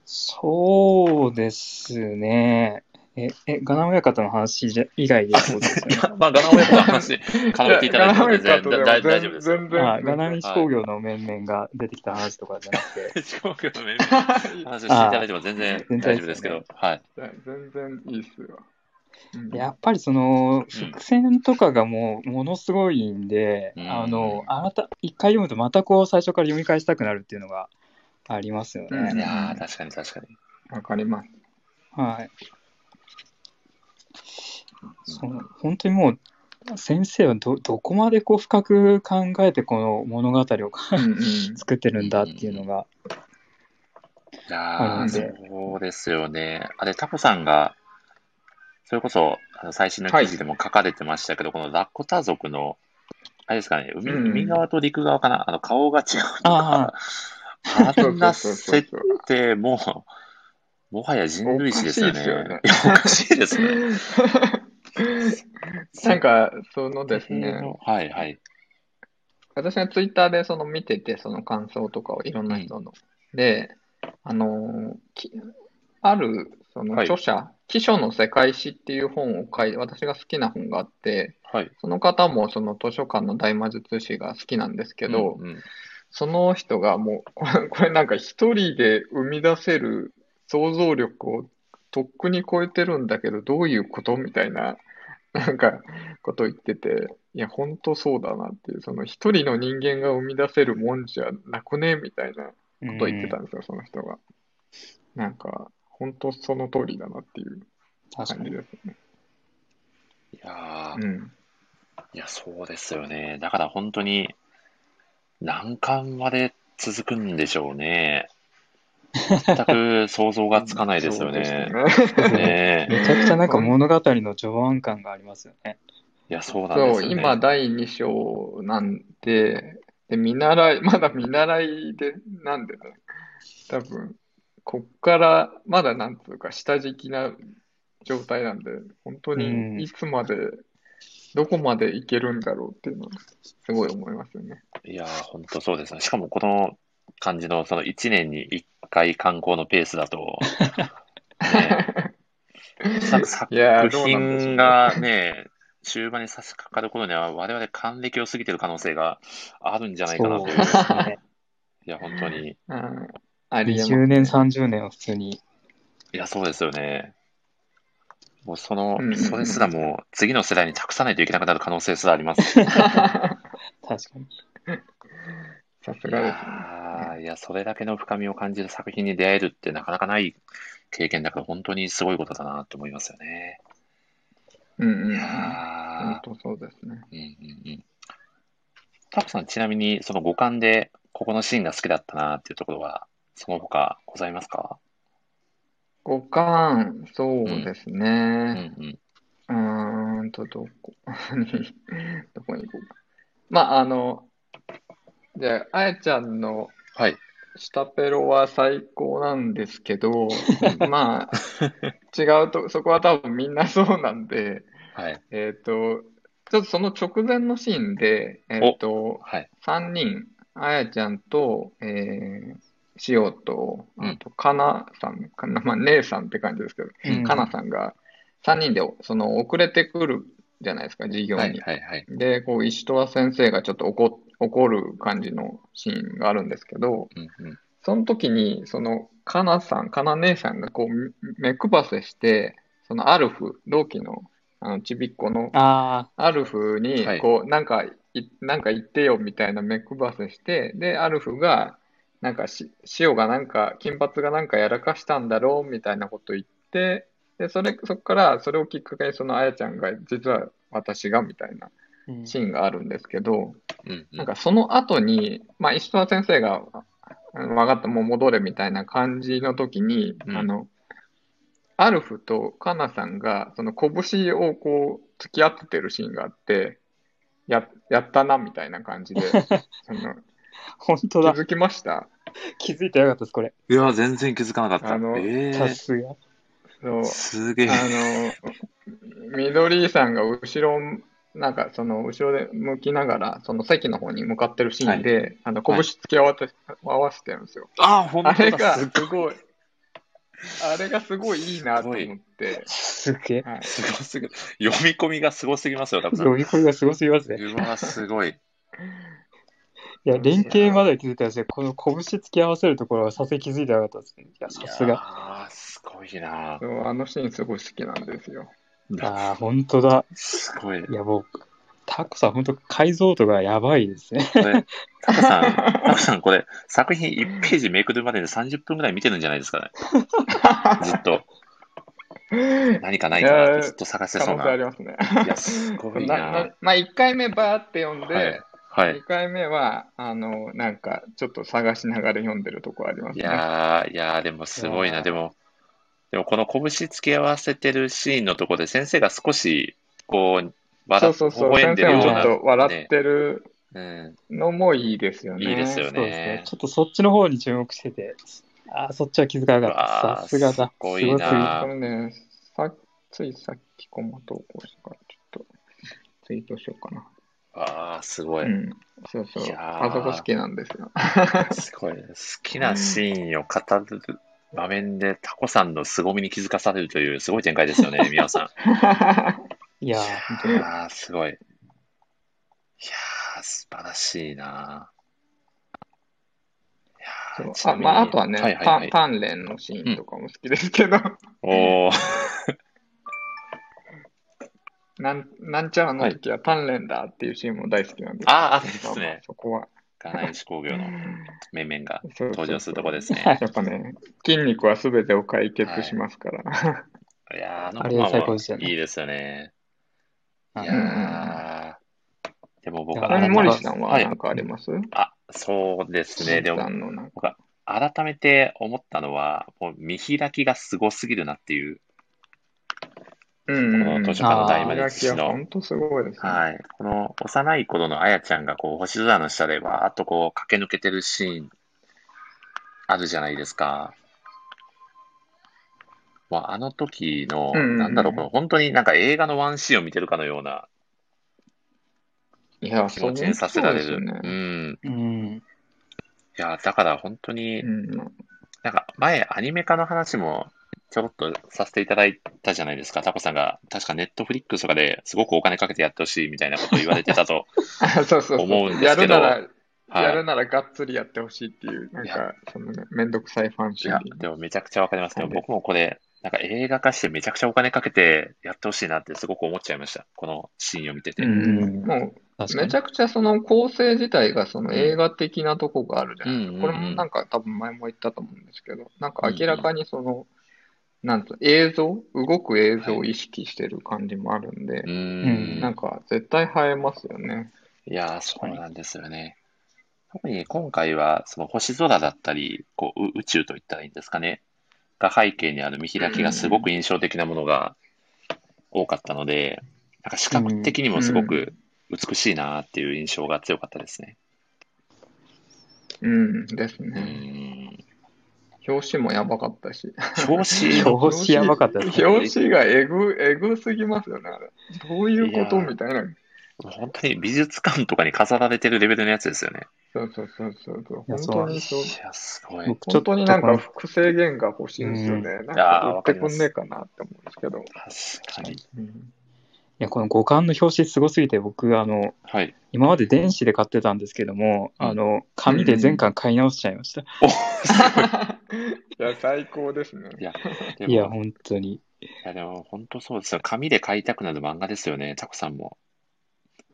そうですね。え、え、ガナ親方の話じゃ以外でそうですよ ね。
まあ、ガナオヤカの 話、絡めていただいても全然
やガナメカ
大
とでも
大丈夫です。
全然
あ、ガナミ工業の面々が出てきた話とかじゃな くて、
四国の面々の話をしていただいても全然大丈夫ですけど、はい。
全然いいっすよ。うん
やっぱりその、伏線とかがもう、ものすごいんで、
うん
あの、あなた、一回読むとまたこう、最初から読み返したくなるっていうのがありますよ
う
い
ね。
やー、確かに確かに。
わかります。
はい。その本当にもう、先生はどどこまでこう深く考えてこの物語を
うんうん
作ってるんだっていうのが、
いやー、
ある
そうですよね。あれ、タコさんが、それこそ、あの最新の記事でも書かれてましたけど、このラッコタ族の、あれですかね、海、
うん
海側と陸側かな、あの顔が違うと
あ
か、あ
そ
ん
う
な
そうそう
設
そう
定、もう、もはや人類史ですよね。
お
いやおかしいですね。
なんか、そのです
設 定
ね、
のはいはい。
私がツイッターでその見てて、その感想とかをいろんな人の。で、あのー、きあるその
はい
著者、記書の世界史っていう本を書いて、私が好きな本があって、
はい。
その方もその図書館の大魔術師が好きなんですけど、
うんうん
その人がもう、こ れ、これなんか一人で生み出せる想像力をとっくに超えてるんだけど、どういうことみたいな、 なんか、ことを言ってて、いや、ほんとそうだなっていう、その一人の人間が生み出せるもんじゃなくねみたいなこ
うん
とを言ってたんですよ、その人が。なんか、ほんとその通りだなっていう
確か
感じ
に。
ですね。
いやー
うん。
いや、そうですよね。だから本当に、何巻まで続くんでしょうね。全く想像がつかないですよね。
そうですね
ねえ。
めちゃくちゃなんか物語の序盤感がありますよね。
いや、そうなんで
そ
す
う、
よ
今
ね。
第2章なんで、で、見習い、ま だ見習いで、なんでね、多分、こっから、まだなんつうか、下敷きな状態なんで、本当
うん
にいつまで、どこまでいけるんだろうっていうのは、すごい思いますよね。
いや、本当そうですね。しかもこの感じの、その1年に1回観光のペースだと、ね え、さ作
いやー、どうなんでしょ
品
うね。
がね、終盤に差し掛かる頃には、我々還暦を過ぎてる可能性があるんじゃないかな
そ
と
う
い
で
う。
すね。
いや、本当に。
うん、ありえます
20年、
ね。
30年は普通に。
いや、そうですよね。もうその
うんうんう、ん
それすらもう次の世代に託さないといけなくなる可能性すらあります。 い
確かに。
さすがですね。
やーいや、それだけの深みを感じる作品に出会えるってなかなかない経験だから本当にすごいことだなと思いますよね。
うんうん
い
うん。
や
本当そうですね。
ーうんうんうん。タコさん、ちなみにその五感でここのシーンが好きだったなっていうところは、その他ございますか
五感、そうですね。
うんうん。
うーんと、どこ、 どこに行こうか。まあ、あの、じゃあ、あやちゃんの
はい。
下ペロは最高なんです けど、まあ、違うと、そこは多分みんなそうなんで、
はい。
えっと、ちょっとその直前のシーンで、えっと、
はい。
3人、あやちゃんと、えー、しおと、
うん
あと、かなさん、かな、まあ、姉さんって感じですけど、
うん
かなさんが3人でその遅れてくるじゃないですか、授業
はい。
に。
はい。はい。
で、こう石戸先生がちょっと怒、怒る感じのシーンがあるんですけど、
うんうん。
その時に、そのかなさん、かな姉さんがこう目くばせして、そのアルフ、同期のあのちびっこの
あ
アルフに
はい
こう、なんかい、なんか言ってよみたいな目くばせして、で、アルフが、なんかし、塩がなんか、金髪がなんかやらかしたんだろうみたいなこと言って、で、それ、そこから、それをきっかけに、そのあやちゃんが、実は私がみたいな
あ、うん
シーンがあるんですけど、
うんうん
なんかその後に、まあ、石川先生が、分かった、もう戻れみたいな感じの時に、
うん
あの、アルフとカナさんが、その拳をこう、突き合っててるシーンがあって、や、やったな、みたいな感 じで、その、
本当
気
だ。
づきました。
気づいてなかったです、これ。
いや、全然気づかなかった。
あの
ええ
さすが。
そう。
すげえ。
あの、緑井さんが後ろ、なんかその後ろで向きながら、その席の方に向かってるシーンで、あの拳突き合わせ、合わせてるんですよ。
あ、本
あれ
当だ。
が
す
すごい、あれがすごいいいなと思って、
すげえ。
はい、
すごすぎる。読み込みがすごすぎますよ、多分。
読み込みがすごすぎますね。
うわ、すごい。
いや、連携までは気づいたんですけど、この拳突き合わせるところはさすがに気づいてなかったですね。いや、さすが。
が。すごいな
そ。うあのシーンすごい好きなんですよ。
ああ、本当だ。
すごい。
いや、僕、タコさん、本当解像度がやばいですね。
これ、タコさ ん、タコさん、これ、作品1ページめくるまでで30分ぐらい見てるんじゃないですかね。ずっと。何かないかなってずっと探して
可
そう
能性
な。
ありますね。
いや、すごい
な
な
な。まあ、1回目バーって読んで、
はいはい
2。回目は、あの、なんか、ちょっと探しながら読んでるとこあります
い
ね。
やー、いやー、でもすごい
いや
な。
ー
でも、でもこの拳付け合わせてるシーンのとこで先生が少し、こう、
そ
笑
う
っ、
そうそう、
微笑ん
先
でる
生
よ
も
う
ちょ
な、
っと笑ってる
うん、
のもいいですよね。
いいですよ
そう
ね
ですね。ちょっとそっちの方に注目してて、あーそっちは気づかな
う
か
わ
った。
ー
さすがだ。
すごいな
すすぎ
あ
これね、さついさっきコマ投稿したから、ちょっとツイートしようかな。
あー、すご
う
い。
ん。そうそう。
いやー
あそこ好きなんですよ。
すごい。好きなシーンを語る場面で、タコさんの凄みに気づかされるという、すごい展開ですよ ね、皆さん。
いやー、本当に。
ああ、すごい。いやー、素晴らしいな。いやーち
あ
なみ
まあ、あ
に
とはね、
はいはいはい
パン、鍛錬のシーンとかも好きですけど、
お ー、
なんなんちゃらの時は鍛錬だっていうシーンも大好きなんですけど
あーあれですね
まあまあそこは。
金石工業の面々が
そうそうそう
登場するとこですね。
やっぱね、筋肉は全てを解決しますから。
いやー、あの
あれは
コマ
最
も
高でしたよね
いいですよね。
うん
いやー、でも僕
いや
改
ちなみ
め
に
て
森さんは
はい
何かあります、
あ、そうですね。で
森さ
も、
んのなんか
改めて思ったのは、もう見開きがすごすぎるなっていう。
うんうんうん
この図書
館の大
魔術師の
あー開きは本当すごいですね。
はい。この幼い頃のあやちゃんがこう星空の下でわーっとこう駆け抜けてるシーンあるじゃないですか。まあ、あの時の、
うんうんうん、
なんだろう、この本当になんか映画のワンシーンを見てるかのようない
や、
気持ちにさせられ
そう
る。
ですよ
う
ね。
ん。
うん。
いや、だから本当に
う、ん
なんか前アニメ化の話もちょろっとさせていただいたじゃないですか。タコさんが確かネットフリックスとかですごくお金かけてやってほしいみたいなことを言われてたと。
あそうそうそう
思うんですけど
やるなら、や
はい
るならがっつりやってほしいっていう、なん
い
か、そのね、めんどく さいファン
い
心
や、
理。
でもめちゃくちゃわかりますけど、
そうです
僕もこれ、なんか映画化してめちゃくちゃお金かけてやってほしいなってすごく思っちゃいました。このシーンを見てて。
う
うんん、
うん
も
確
う、
か
め
に
ち。ゃくちゃその構成自体がその映画的なとこがあるじゃないです
うん
か。これもなんか多分前も言ったと思うんですけど、なんか明らかにその、なんつう映像、動く映像を意識してる感じもあるんで、
うん
なんか絶対映えますよね。
いやー、そうなんですよね。特に今回は、その星空だったり、こう、う宇宙といったらいいんですかね。が背景にある見開きがすごく印象的なものが多かったので、なんか視覚的にもすごく美しいなーっていう印象が強かったですね。
うん、です
う
ね。
ん。
表紙もやばかったし。
表紙 を
表紙やばかったですね。
表紙がえぐ、えぐすぎますよね、あれ。どういうこと
いやー
みたいな。
本当に美術館とかに飾られてるレベルのやつですよね。
そうそうそうそうそう。
いや
本
そう
当
い
にそう。
や、すごい。
僕ちょ
本
っと
当になんか複製源が欲しいんですよね。なん
やー
か売ってくんねえかなって思うんですけど。
確かに。
うん
いや、この五感の表紙すごすぎて、僕、あの、
はい。
今まで電子で買ってたんですけども、
うん
あの、紙で全巻買い直しちゃいました。
いや、最高ですね。
いや、で
いや、
も、い
本当に。
やでも本当そうですよ。紙で買いたくなる漫画ですよね。タコさんも。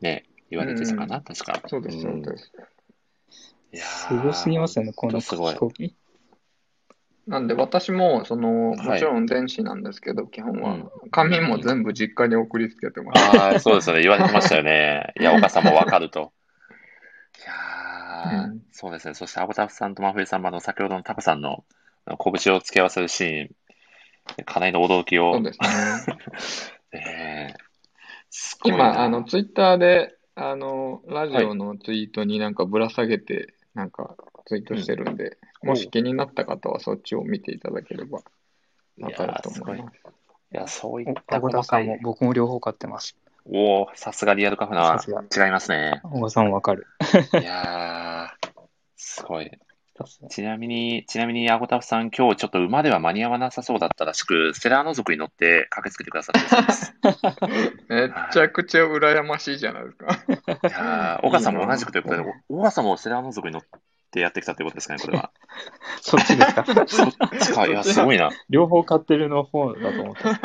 ね、言われてたかな、確か。
そうです、そ
ん
うです。
いや
すごすぎますよね、この
すごい。
書き込み。
なんで私も、その、も
はい
ちろん電子なんですけど、基本
うん
は、紙も全部実家に送りつけてます。
ああ、そうですよね。言われてましたよね。 いや、岡さんもわかると。いやー、
うん
そうですね。そして、アボタフさんとマフィさんも、あの、先ほどのタコさんのあの拳を付け合わせるシーン、かなりの驚きを
そう。ですね。
ええすごいな
今、あの、、ツイッターで、あの、ラジオのツイートになんかぶら下げて、なんかツイートしてるんで、
うん
もし気になった方はそっちを見ていただければわかると思います。
いや、そうい
お
った
小
こ
田
と
さ
か
んも
も、。
僕も両方買ってます。
おお、さすがリアルカフェ
さ
な
すが。。
違いますね
小田さんもわかる。
いやー、すごい。
さすが
ちなみに、ちなみに、アゴタフさん、今日ちょっと馬では間に合わなさそうだったらしく、セラーノ族に乗って駆けつけてくださったそうです。
めちゃくちゃ羨ましいじゃないですか。
い やー、岡さんも同じくということで、岡さんもセラーノ族に乗ってやってきたということですかね、これ は。
そっちですか
そっちか、いや、すごいな。
両方買ってるの方だと思った。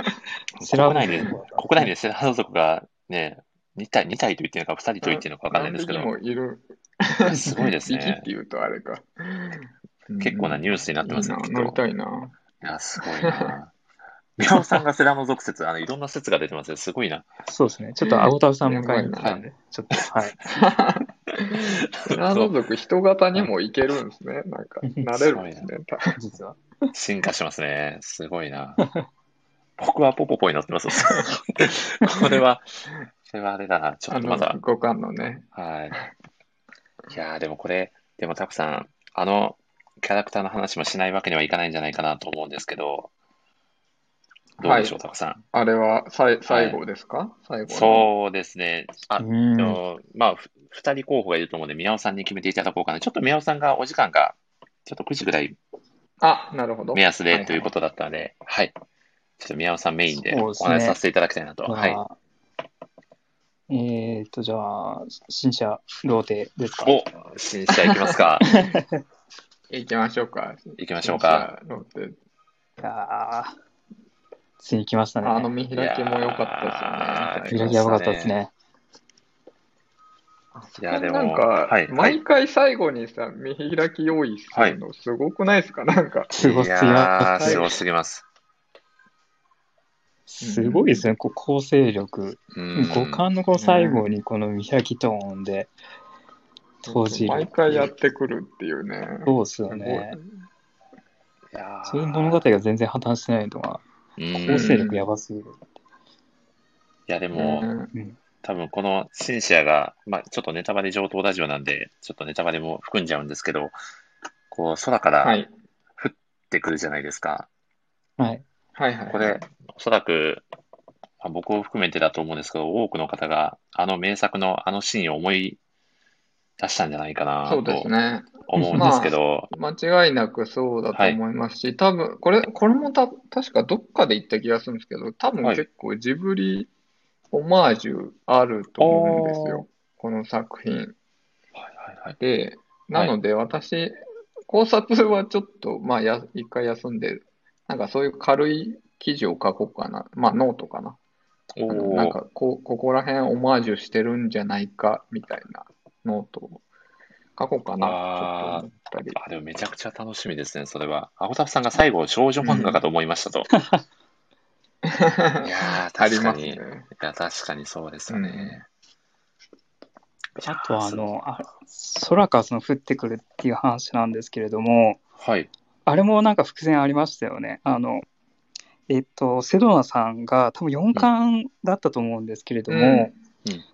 知ら
国
ない
内で、国内でセラーノ族がね、2体、二体と言ってるのか、2人と言ってるのか分かんないんですけど
何、匹もいる。
すごいです
生きっ
ね
て。言うとあれか。
結構なニュースになってますね、
いい
きっ
な乗り
と。
たいな。
いや、すごいな。宮尾さんがセラノ属説、あの、いろんな説が出てますね。すごいな。
そうですね。ちょっとアゴタフさん迎えに来
やばいな
たんで、ちょっと、はい。
セラノ族人型にもいけるんですね。なんか、なれるんで すね。
実は。
進化しますね。すごいな。僕はポポポに乗ってます。これは、これはあれだな。ちょ
あ
っとまだ
の、。五感のね。
はい。いやー、でもこれ、でもタクさん、あのキャラクターの話もしないわけにはいかないんじゃないかなと思うんですけど、どうでしょう、タクさん。
あれは、さい最後ですか最後の。
そうですね。あ、
う
あ
ん。
のまあ、ふ2人候補がいると思うので、宮尾さんに決めていただこうかな。ちょっと宮尾さんがお時間が、ちょっと9時ぐらい
あ、なるほど
目。安
はいは
で
い
ということだったので、はい。ちょっと宮尾さんメインで
そう
お
ですね
話しさせていただきたいなと。はい。
まあえっと、じゃあ、新車ローテですか。
お、新車いきます か。
行きましょうか。行
いきましょうか。。
いやーついに来ましたね。
あの見開きも良かったです
いやー
よ
開
ね。
きやばかったですね。
いや、でも、
なんか、
はい、はい。
毎回最後にさ、見開き用意するのすごくないですか、なんか。
すごすぎ
い
ま
やー
す
すごすぎます。
すごいですね、こう構成力。
うん
五感のこの最後にこの見開きトーンで閉じ
毎
る。
回やってくるっていうね。
そうですよ
すごい
ね。
いやー
そういう物語が全然破綻してないのが、
うん
構
い
成力やばすぎる。
や、でも、
うん
うん
多分このシンシアが、まあ、ちょっとネタバレ上等ラジオなんで、ちょっとネタバレも含んじゃうんですけど、こう、空から
は
降っ
い。
てくるじゃないですか。
はい。
はいはい。
これ、おそらく、まあ、僕を含めてだと思うんですけど、多くの方が、あの名作のあのシーンを思い出したんじゃないかな
そうです
と
ね。
思うんですけど、
間違いなくそうだと思いますし、多分これ、これもた確かどっかで言った気がするんですけど、多分
はい
結構ジブリオマージュあると思うんですよ、この作品。
はいはいはい。
で、
は
ないので私、考察はちょっと、まあや、一回休んで、なんかそういう軽い記事を書こうかな、まあ、ノートかな。
お
あの
ー
なんかこ、ここら辺オマージュしてるんじゃないかみたいなノートを書こうかな、
あー
ちょっと思ったり。
あ、でもめちゃくちゃ楽しみですね、それは。アゴタフさんが最後、少女漫画かと思 いましたと。いやー、
あ
確
り
か
ます
に。い
ね。
や、確かにそうですよね。
あとは、あの、あ空からその降ってくるっていう話なんですけれども、
はい。
あれもなんか伏線ありましたよね。あの、えっと、セドナさんが多分4巻だったと思うんですけれども、
うん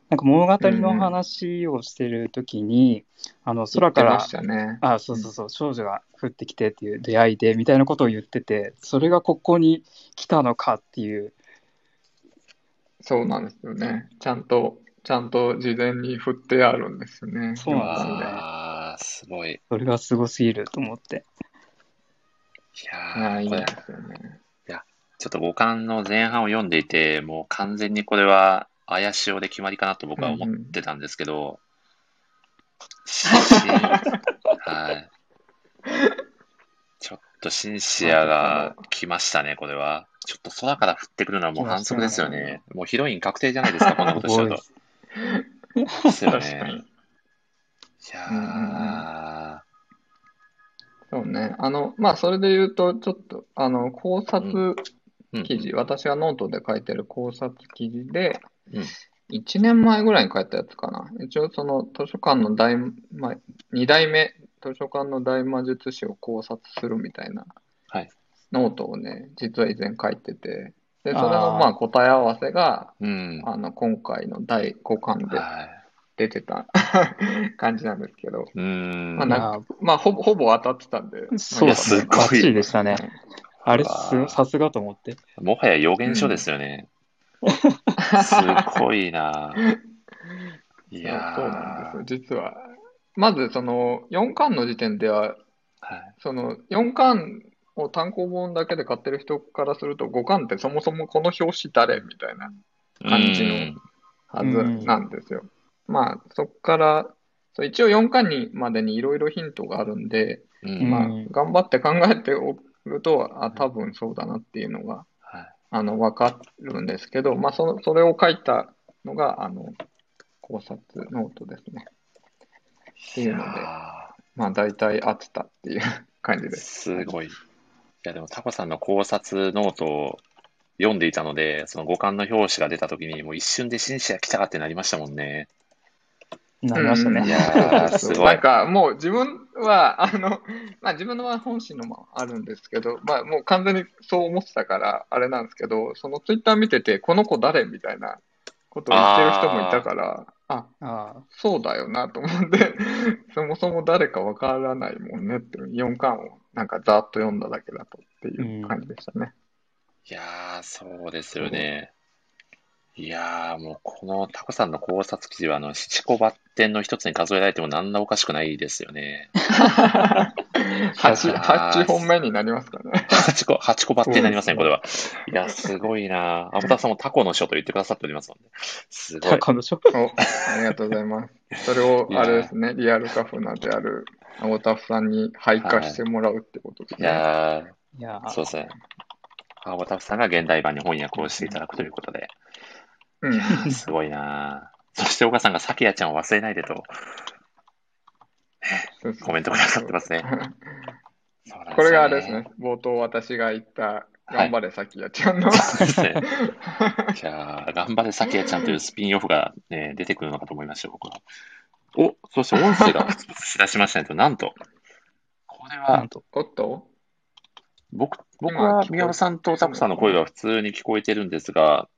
なんか物語の話をしてる時に、あの空か
言って
ら
ましたね。
あそうそうそう少女が降ってきてっていう出会いでみたいなことを言っててそれがここに来たのかっていう
そうなんですよね。ちゃんと、ちゃんと事前に振ってあるんですよね。
そうなんですよね
あー、すごい。い
それがすごすぎると思って
い
や
や、
ー
いい
こ
で
れ、
すよね。
ちょっと五感の前半を読んでいて、もう完全にこれは怪しおで決まりかなと僕は思ってたんですけど、しはい。ちょっとシンシアが来ましたね、これは。ちょっと空から降ってくるのはもう反則ですよ
来ま
ね。もうヒロイン確定じゃない ですか、こんなことしちゃうと。
す
ですよ
確かに
ね。いやー
そうね。あの、まあ、それで言うと、ちょっと、あの、考察
うん
記事、私がノートで書いてる考察記事で、
うん
1年前ぐらいに書いたやつかな。一応、その、図書館の大、まあ、2代目、図書館の大魔術師を考察するみたいな
はい、
ノートをね、実は以前書いてて、で、それの、
あー
まあ、答え合わせが、
うん。
あの今回の第5巻で
はい。
出てた 感じなんですけど、
うーん。
まあ
い
なんか
や
まあほぼほぼ当たってたんで、
そう
ま
で
あ
い
すね
やす
バ
ごい
ッチリでしたねあれ
う
す
わ
さすがと思って
もはや予言書ですよね。すごい なぁ。いや
そうなん
ー
ですよ、実は。まずその4巻の時点では、
はい
その4巻を単行本だけで買ってる人からすると、5巻ってそもそもこの表紙誰みたいな感じの
うん
はずなんですよ。まあそこから、そう一応4巻にまでにいろいろヒントがあるんで、
うん
まあ
うん、
頑張って考えておくと、あ、多分そうだなっていうのが、
はい
あの、わかるんですけど、まあ、その、それを書いたのが、あの、考察ノートですね。っていうので、
あ
まあ、大体合ってたっていう感じ
ー
です。
すごい。いや、でも、タコさんの考察ノートを読んでいたので、その五感の表紙が出た時に、もう一瞬でシンシア来たってなりましたもんね。
なりました
うん
い
ね。
やー、すご
ないん。かもう自分は、あの、まあ自分の本心のもあるんですけど、まあもう完全にそう思ってたから、あれなんですけど、そのツイッター見てて、この子誰みたいなことを言ってる人もいたから、あ、
ああ
そうだよなと思って、 そもそも誰かわからないもんねっていう、4巻をなんかざーっと読んだだけだとっていう感じでしたね。
いやー、そうですよね。いやー、もうこのタコさんの考察記事は、あの、七個抜点の一つに数えられても何らおかしくないですよね。
8、8本目になりますかね。
八個、 八個抜点になりますね、これは。いや、すごいなー。アボタさんもタコの書と言ってくださっておりますもんね。すご
タ
い。
コのショッ
お、ありがとうございます。それを、あれですね、リアルカフナである、青田さんに配下してもらうってことです
い
ね。
や
いや
ー、そうですね。アボタさんが現代版に翻訳をしていただくということで。
うん。い
すごいなぁそして岡さんが、さきやちゃんを忘れないでとコメントくださってますね。そうなん
これがあ
で
れですす
よね
ね、冒頭私が言った、
はい
頑張れ、さきやちゃんの。
そうですね。 じゃあ、頑張れ、さきやちゃんというスピンオフが、ね、出てくるのかと思いましたよ、僕は。お、そして音声がプツプツしだしましたねと、なんと。これ
クな
は
ん、と。
おっと
僕、僕
今聞こ
は
え、て
宮尾さんとタコさんの声が普通に聞こえてるんですが、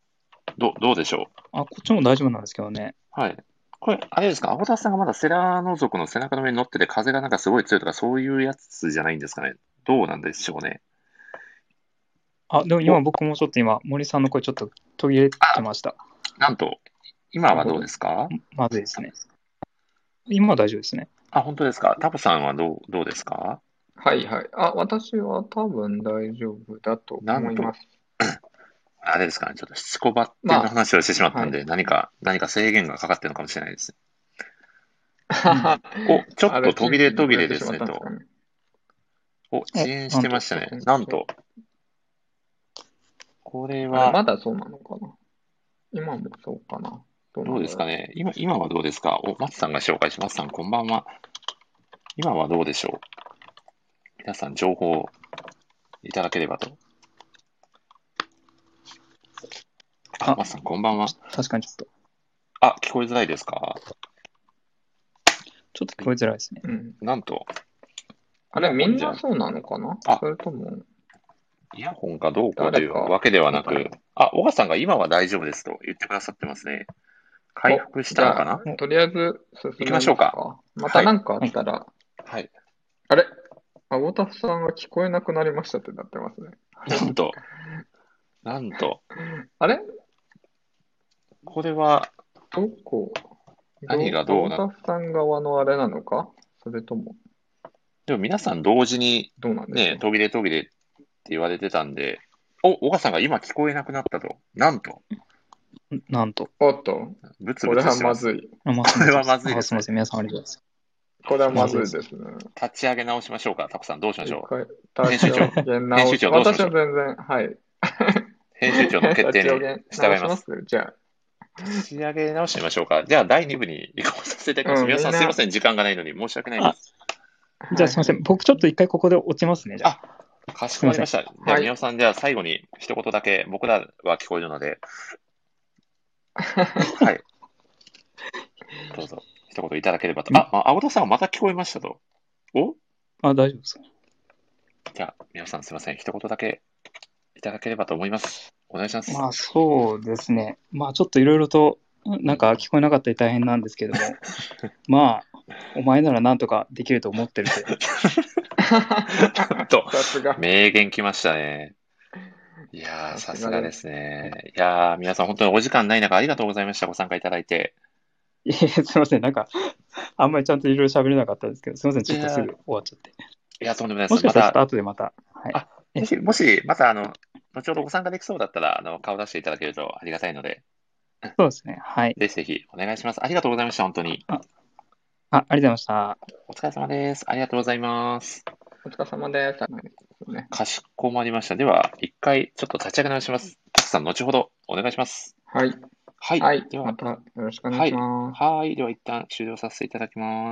ど、どうでしょう
あ、こっちも大丈夫なんですけどね。
はい。これ、あれですか、アボタさんがまだセラノ族の背中の上に乗ってて、風がなんかすごい強いとか、そういうやつじゃないんですかね。どうなんでしょうね。
あ、でも今僕もちょっと今、森さんの声ちょっと途切れてました。
なんと、今はどうですか
まずいですね。今は大丈夫ですね。
あ、本当ですか。タコさんはどう、どうですか
はいはい。あ、私は多分大丈夫だと思います。
あれですかね、ちょっとしつこばっての話をしてしまったんで、何か、何か制限がかかってるのかもしれないです。お、ちょ っと途切れ途切れですね、と。お、遅延してましたね。
な
なんん
と
と。これ
あれ
は、
まだそうなのかな今もそうかなど
どうですか
ね
ね。今、今はどうですかお、松さんが紹介します。松さん、こんばんは。今はどうでしょう皆さん、情報をいただければと。あ、
あ
松さん、こんばんは。
確かにちょっと、
あ、聞こえづらいですか
ちょっと聞こえづらいですね。
うん。
なんと、
あれ、みんなそうなのかな
あ
それとも、
イヤホンがどうこうという
誰か
わけではなく
誰、
あ、小川さんが今は大丈夫ですと言ってくださってますね。回復したのかな
とりあえず進め
行きましょうか
また何かあったら、
はい。
あれあ、ウォタフさんが聞こえなくなりましたってなってますね。
なんと、なんと、
あれ
これは、
どこ
何がどうな
ウォタフさん側のあれなのかそれとも、
でも皆さん同時に
どうなんでしょ
ね
う、
途切れ途切れって言われてたんで、お、小川さんが今聞こえなくなったと。なんと、
なんと。
おっと、
ブツ
こ
ブツ
れは
して
ま
ます。
ずい。
あまあ
これはまずい
あ
です
すみません、皆さんありがとうございます。
これはまずいですね。
立ち上げ直しましょうか。タコさんどうしまし
一
ょう。
回、
編集長
立ち上げ直
編集長どうしま
私
しょ
は
う
全然、はい。
編集長の決定に
立ち上げ直
従い
し
ま。
ますす。じゃあ、
立ち上げ直してみましょうか。じゃあ第2部に移行させてください。
うん
皆さん
みんな
すいません、時間がないのに申し訳ないです。
じゃあすみません、僕ちょっと一回ここで落ちますね。じゃあ、
かしこまりました。じ
ん
ゃあ、
はい
宮尾さん、じゃあ最後に一言だけ、僕らは聞こえるので。はい。どうぞ、一言いただければと。あ、まあ、青田さんはまた聞こえましたと。お
あ大丈夫ですか。
じゃあ、宮尾さん、すいません。一言だけいただければと思います。お願いします。
まあそうですね。まあちょっといろいろと、なんか聞こえなかったり大変なんです けども、まあ、お前ならなんとかできると思ってるけど、
と、
さすが。
名言来ましたね。いやー、さ
さ
す
す
が
が
で
です
ね。いやー、皆さん本当にお時間ない中、ありがとうございました。ご参加いただいて。
いやすみません、なんか、あんまりちゃんといろいろ喋れなかったですけど、すみません、ちょっとすぐ終わっちゃって。
いや、とんでもないで
も
す。
しか
ま
したらちょったと後でまた。はい
あ。もし、もし、また、あの、後ほどご参加できそうだったら、あの、顔出していただけるとありがたいので、
そうですね。はい。
ぜひぜひお願いします。ありがとうございました、本当に。
あ、ありがとうございました。
お疲れ様です。ありがとうございます。
お疲れ様です。はいね
かしこまりました。では、一回、ちょっと立ち上げ直します。たくさん、後ほどお願いします。
はい。
はい。
はい。
で
ま
は、
たよろしくお願いします。
はい。では、一旦終了させていただきます。